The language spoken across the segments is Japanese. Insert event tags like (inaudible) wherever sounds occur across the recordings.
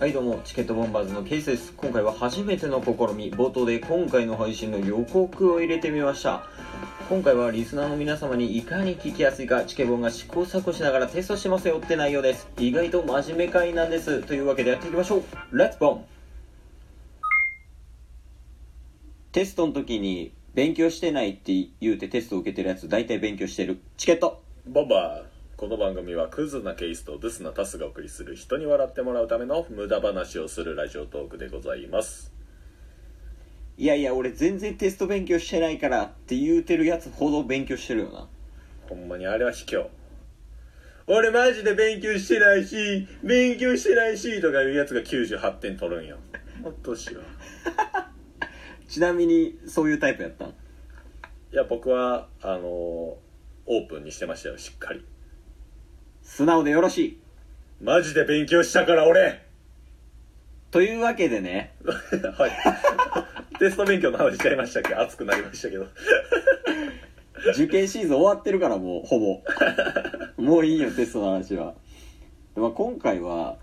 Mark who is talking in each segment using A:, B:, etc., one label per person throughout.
A: はいどうもチケットボンバーズのケイスです今回は初めての試み冒頭で今回の配信の予告を入れてみました今回はリスナーの皆様にいかに聞きやすいかチケボンが試行錯誤しながらテストしてますよって内容です意外と真面目会なんですというわけでやっていきましょうレッツボンテストの時に勉強してないって言うてテストを受けてるやつ大体勉強してるチケット
B: ボンバーこの番組はクズなケイスとブスなタスがお送りする人に笑ってもらうための無駄話をするラジオトークでございます
A: いやいや俺全然テスト勉強してないからって言うてるやつほど勉強してるよな
B: ほんまにあれは卑怯俺マジで勉強してないし勉強してないしとかいうやつが98点取るんよどうしよう
A: ちなみにそういうタイプやったん
B: いや僕はあのーオープンにしてましたよしっかり
A: 素直でよろしい
B: マジで勉強したから俺 (laughs)
A: というわけでね
B: はいテスト勉強の話しちゃいましたっけ熱くなりましたけど
A: 受験シーズン終わってるからもうほぼ (laughs) もういいよテストの話はで、まあ、今回は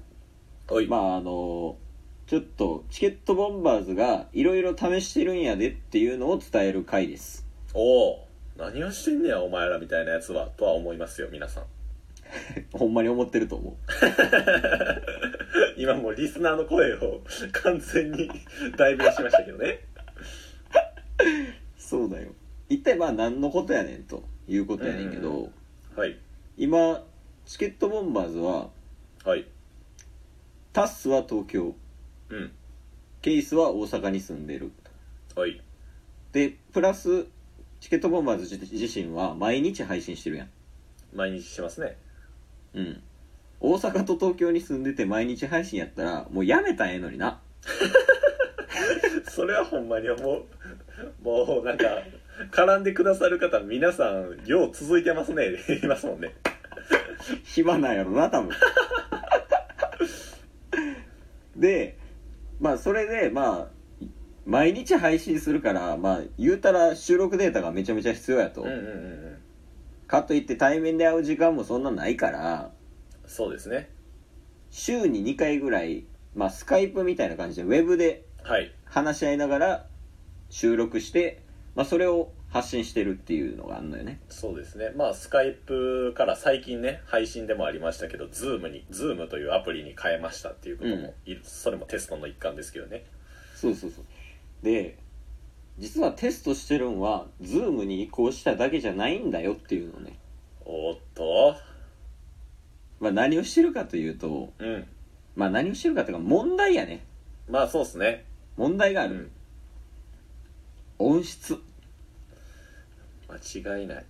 B: おい
A: まああのちょっとチケットボンバーズがいろいろ試してるんやでっていうのを伝える回です
B: おお何をしてんねやお前らみたいなやつはとは思いますよ皆さん (laughs)
A: ほんまに思ってると思う
B: 今もうリスナーの声を (laughs) 完全に (laughs) 代弁しましたけどね
A: そうだよ一体まあ何のことやねんということやねんけど、
B: うんはい
A: 今チケットボンバーズは
B: はい
A: タッスは東京
B: うん
A: ケイスは大阪に住んでる
B: はい
A: でプラスチケットボンバーズ自自身は毎日配信してるやん
B: 毎日してますね (laughs)
A: うん大阪と東京に住んでて毎日配信やったらもうやめたらええのにな (laughs)
B: それはほんまにもう (laughs) もうなんか絡んでくださる方皆さんよう続いてますね (laughs) 言いますもんね
A: 暇なんやろな多分 (laughs) でまあそれでまあ毎日配信するからまあ言うたら収録データがめちゃめちゃ必要やと、
B: うんうんうんうん
A: かといって対面で会う時間もそんなないから
B: そうですね
A: 週に2回ぐらい、まあ、スカイプみたいな感じでウェブで
B: はい
A: 話し合いながら収録して、まあ、それを発信してるっていうのがあるのよね
B: そうですねまあスカイプから最近ね配信でもありましたけど Zoom に Zoom というアプリに変えましたっていうことも、いそれもテストの一環ですけどね
A: そうそうそうで実はテストしてるんは Zoom に移行しただけじゃないんだよっていうのね、
B: おっと
A: まあ、何をしてるかというと、
B: うん
A: まあ、何をしてるかというか問題やね
B: まあそうっすね
A: 問題があ
B: う
A: る、
B: ん
A: 音質
B: 間違いない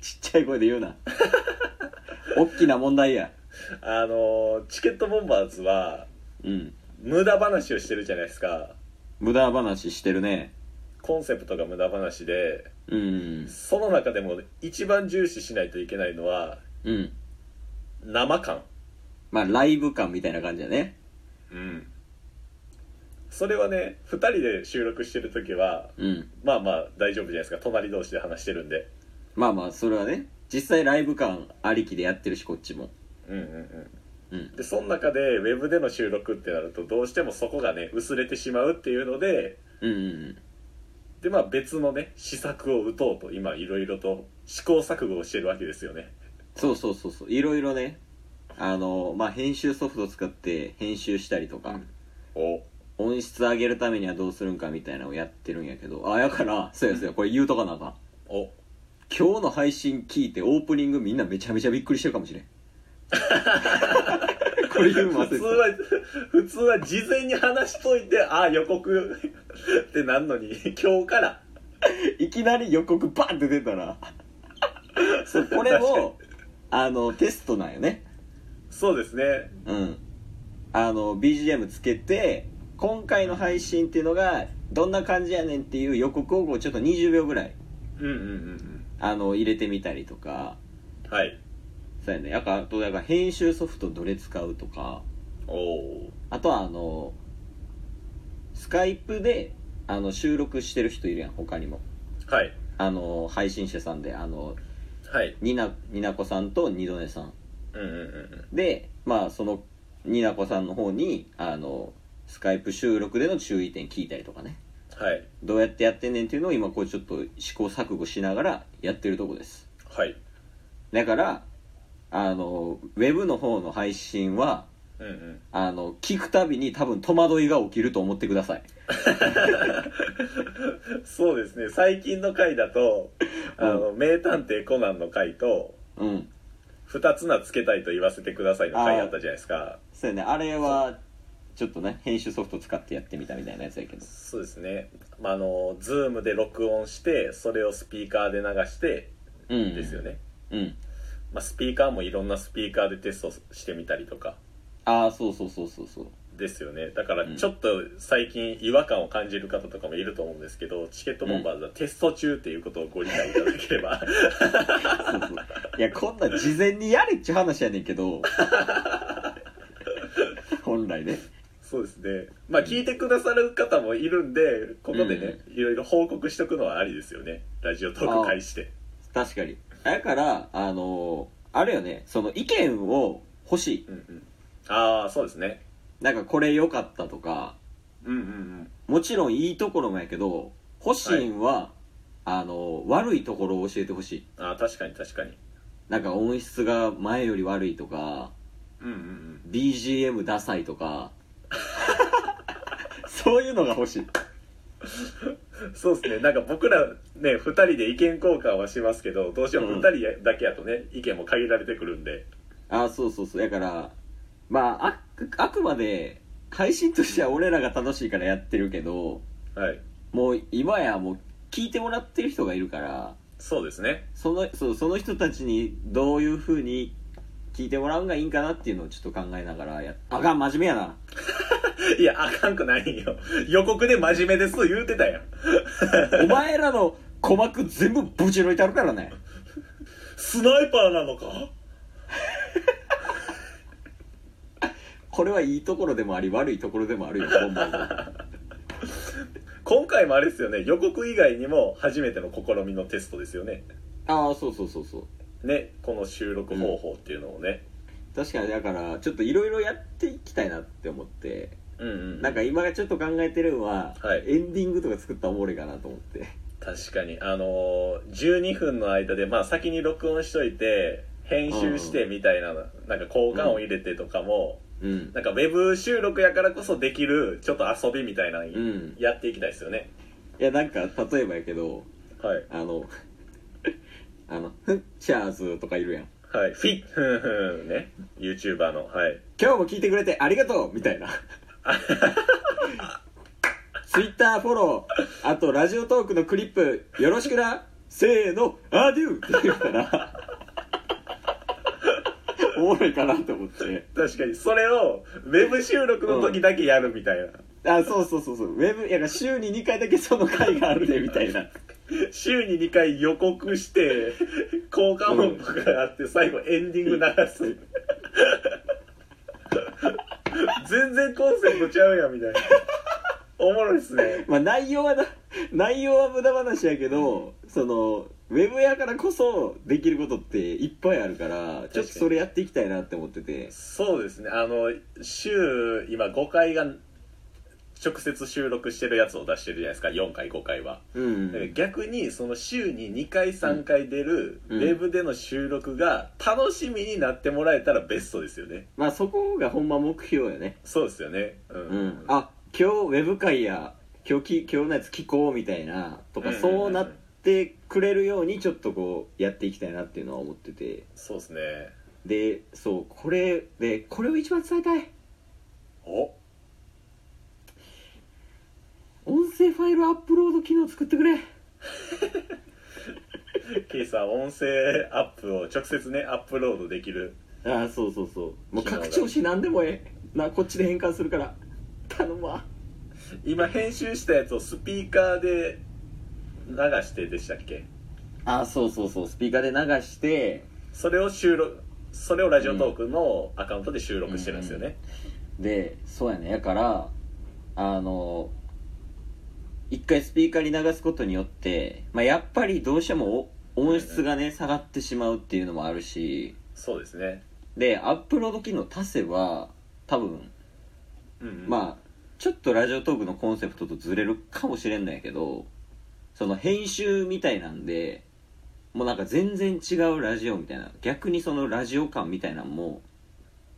A: ちっちゃい声で言うな (laughs) 大きな問題や
B: あのーチケットボンバーズは
A: うん
B: 無駄話をしてるじゃないですか
A: 無駄話してるね
B: コンセプトが無駄話で
A: うん
B: その中でも一番重視しないといけないのは
A: うん
B: 生感
A: まあライブ感みたいな感じだね
B: うんそれはね2人で収録してる時は
A: うん
B: まあまあ大丈夫じゃないですか隣同士で話してるんで
A: まあまあそれはね実際ライブ感ありきでやってるしこっちも
B: うんうんうん
A: うん
B: でその中でウェブでの収録ってなるとどうしてもそこがね薄れてしまうっていうので
A: うんうん
B: でまあ別のね試作を打とうと今いろいろと試行錯誤をしてるわけですよね
A: そうそうそうそういろいろねあのまあ編集ソフト使って編集したりとか、
B: お
A: 音質上げるためにはどうするんかみたいなのをやってるんやけどあやからそうやそうやこれ言うとかなあかん
B: お
A: 今日の配信聞いてオープニングみんなめちゃめちゃびっくりしてるかもし
B: (laughs)
A: れんこれ言うの忘
B: 普
A: れ
B: 通
A: て
B: は普通は事前に話しといてああ予告 (laughs) ってなんのに今日から
A: たいきなり予告バンって出たらそうこれもあのテストなんよね
B: そうですね
A: うん、あの BGM つけて今回の配信っていうのがどんな感じやねんっていう予告をこうちょっと20秒ぐらい
B: うんうんうん
A: あの入れてみたりとか
B: うんはい
A: そうやねやっぱあとだから編集ソフトどれ使うとか
B: おお
A: あとはあのスカイプであの収録してる人いるやん他にも
B: はい
A: あの配信者さんであの
B: はい
A: になになこさんと二度寝さん
B: うんうんうんうん
A: でまあそのになこさんの方にあのスカイプ収録での注意点聞いたりとかね
B: はい
A: どうやってやってんねんっていうのを今こうちょっと試行錯誤しながらやってるとこです
B: はい
A: だからあのウェブの方の配信は
B: うんうん
A: あの聞くたびに多分戸惑いが起きると思ってください
B: そうですね最近の回だと「あの名探偵コナン」の回と
A: うん
B: 「二つ名つけたいと言わせてください」の回あったじゃないですか
A: そうやねあれはちょっとね編集ソフト使ってやってみたみたいなやつやけど
B: そうですね、まあ、あのズームで録音してそれをスピーカーで流して
A: うん
B: ですよね、
A: うん
B: まあ、スピーカーもいろんなスピーカーでテストしてみたりとか
A: ああそうそうそうそうそう
B: ですよねだから
A: うん
B: ちょっと最近違和感を感じる方とかもいると思うんですけどチケットボンバーズはテスト中っていうことをご理解いただければ
A: そうそういやこんなん事前にやれっちゅう話やねんけ
B: (laughs)
A: ど本来ね
B: そうですねまあ聞いてくださる方もいるんでここでね、いろいろ報告しとくのはありですよねラジオトーク会して
A: 確かにだからあのあれよねその意見を欲しい
B: うんうんああそうですね
A: なんかこれ良かったとか
B: うんうんうん
A: もちろんいいところもやけど欲しいんは、あの悪いところを教えてほしい
B: ああ確かに確かに
A: なんか音質が前より悪いとか
B: うんうんうん
A: BGM ダサいと (laughs) かそういうのが欲しい
B: そうですねなんか僕らね2人で意見交換はしますけどどうしても
A: うん
B: 2人だけやとね意見も限られてくるんで
A: あそうそうそうだからまああくあくまで配信としては俺らが楽しいからやってるけど
B: はい
A: もう今やもう聞いてもらってる人がいるから
B: そうですね
A: そのそうその人たちにどういうふうに聞いてもらうんがいいんかなっていうのをちょっと考えながらやっあかん真面目や
B: (laughs)
A: ない
B: やあかんくないんよ予告で真面目です言うてたやん
A: お前らの鼓膜全部ぶち抜いてあるからね
B: スナイパーなのか
A: これはいいところでもあり悪いところでもあるよボンバー
B: (laughs)
A: は
B: 今回もあれですよね予告以外にも初めての試みのテストですよね
A: ああそうそうそうそう
B: ねこの収録方法っていうのをね、
A: 確かにだからちょっといろいろやっていきたいなって思って
B: うん、うん
A: なんか今ちょっと考えてるのは、
B: はい
A: エンディングとか作ったらおもろいかなと思って
B: 確かにあのー、12分の間でまあ先に録音しといて編集してみたいな、なんか交換を入れてとかも、
A: うん
B: なんかウェブ収録やからこそできるちょっと遊びみたいなの
A: うん
B: やっていきたいですよね、
A: いやなんか例えばやけど
B: はい
A: あの (laughs) あのフッチャーズとかいるやん
B: はいフィッふんふんね YouTuber のはい
A: 今日も聞いてくれてありがとうみたいなツイッターフォローあとラジオトークのクリップよろしくなせーのアデューって言うから (laughs) おもろいかなと思って
B: 確かにそれをウェブ収録の時だけやるみたいな、
A: あそうそうそうそうウェブいや週に2回だけその回があるねみたいな
B: 週に2回予告して効果音とかがあって最後エンディング流す全然コンセプトちゃうやんみたいなおもろいっすね
A: (laughs) まあ内容はな内容は無駄話やけどそのウェブやからこそできることっていっぱいあるからちょっとそれやっていきたいなって思ってて
B: そうですねあの週今5回が直接収録してるやつを出してるじゃないですか4回5回は、
A: うんうん
B: 逆にその週に2回3回出るウ
A: うん
B: ェブでの収録が楽しみになってもらえたらベストですよね
A: まあそこがほんま目標よね
B: そうですよねうん、
A: うんあ今日ウェブ会や今日き今日のやつ聞こうみたいなとか
B: うんうんうんうん
A: そうなってくれるようにちょっとこうやっていきたいなっていうのは思ってて
B: そうですね
A: でそうこれでこれを一番伝えたい
B: お
A: 音声ファイルアップロード機能作ってくれ
B: ケイさん音声アップを直接ねアップロードできる
A: ああそうそうそうもう
B: 機能が
A: 拡張子なんでもええなこっちで変換するから頼むわ
B: 今編集したやつをスピーカーで流してでしたっけ
A: ああそうそうそうスピーカーで流して
B: それを収録それをラジオトークのアカウントで収録してるんですよね、
A: でそうやねやからあの一回スピーカーに流すことによって、まあ、やっぱりどうしてもお音質がね下がってしまうっていうのもあるし
B: そうですね
A: でアップロード機能足せば多分
B: うんあ
A: まあちょっとラジオトークのコンセプトとずれるかもしれんのやけどその編集みたいなんでもうなんか全然違うラジオみたいな逆にそのラジオ感みたいなんも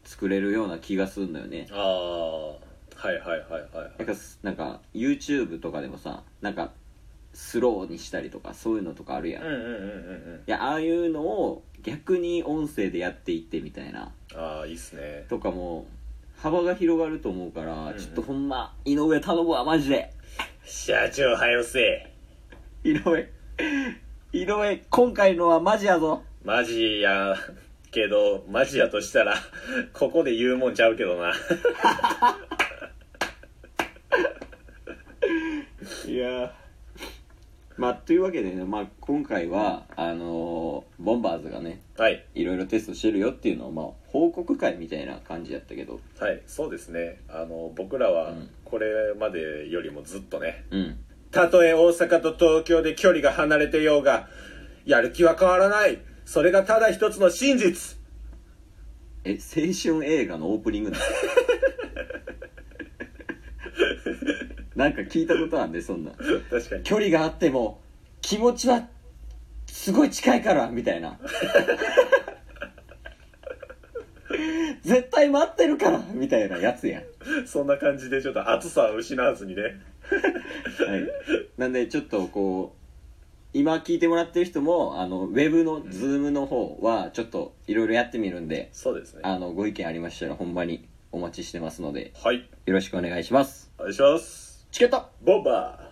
A: 作れるような気がするんだよね
B: あーはいはいはいはい
A: なんかすなんか YouTube とかでもさなんかスローにしたりとかそういうのとかあるやん、
B: うん
A: い
B: うんうんうん
A: やああいうのを逆に音声でやっていってみたいな
B: ああいいっすね
A: とかも幅が広がると思うから、
B: うんうん
A: ちょっとほんま井上頼むわマジで
B: 社長はよせ
A: 井上井上今回のはマジやぞ
B: マジやけどマジやとしたらここで言うもんちゃうけどない
A: やまあというわけでね、まあ、今回はあのーボンバーズがね
B: はい
A: いろいろテストしてるよっていうのを、まあ、報告会みたいな感じやったけど
B: はいそうですねあの僕らは
A: うん
B: これまでよりもずっとね
A: うん
B: たとえ大阪と東京で距離が離れてようがやる気は変わらないそれがただ一つの真実 (laughs)
A: え青春映画のオープニングな (laughs) のなんか聞いたことあんでそんな
B: 確かに
A: 距離があっても気持ちはすごい近いからみたいな絶対待ってるからみたいなやつやん、は
B: そんな感じでちょっと熱さを失わずにね
A: い、なんでちょっとこう今聞いてもらってる人もあのウェブのズームの方はちょっといろいろやってみるんで
B: そうですね
A: あのご意見ありましたらほんまにお待ちしてますので
B: はい
A: よろしくお願いします
B: お願いします
A: チケット
B: ボンバー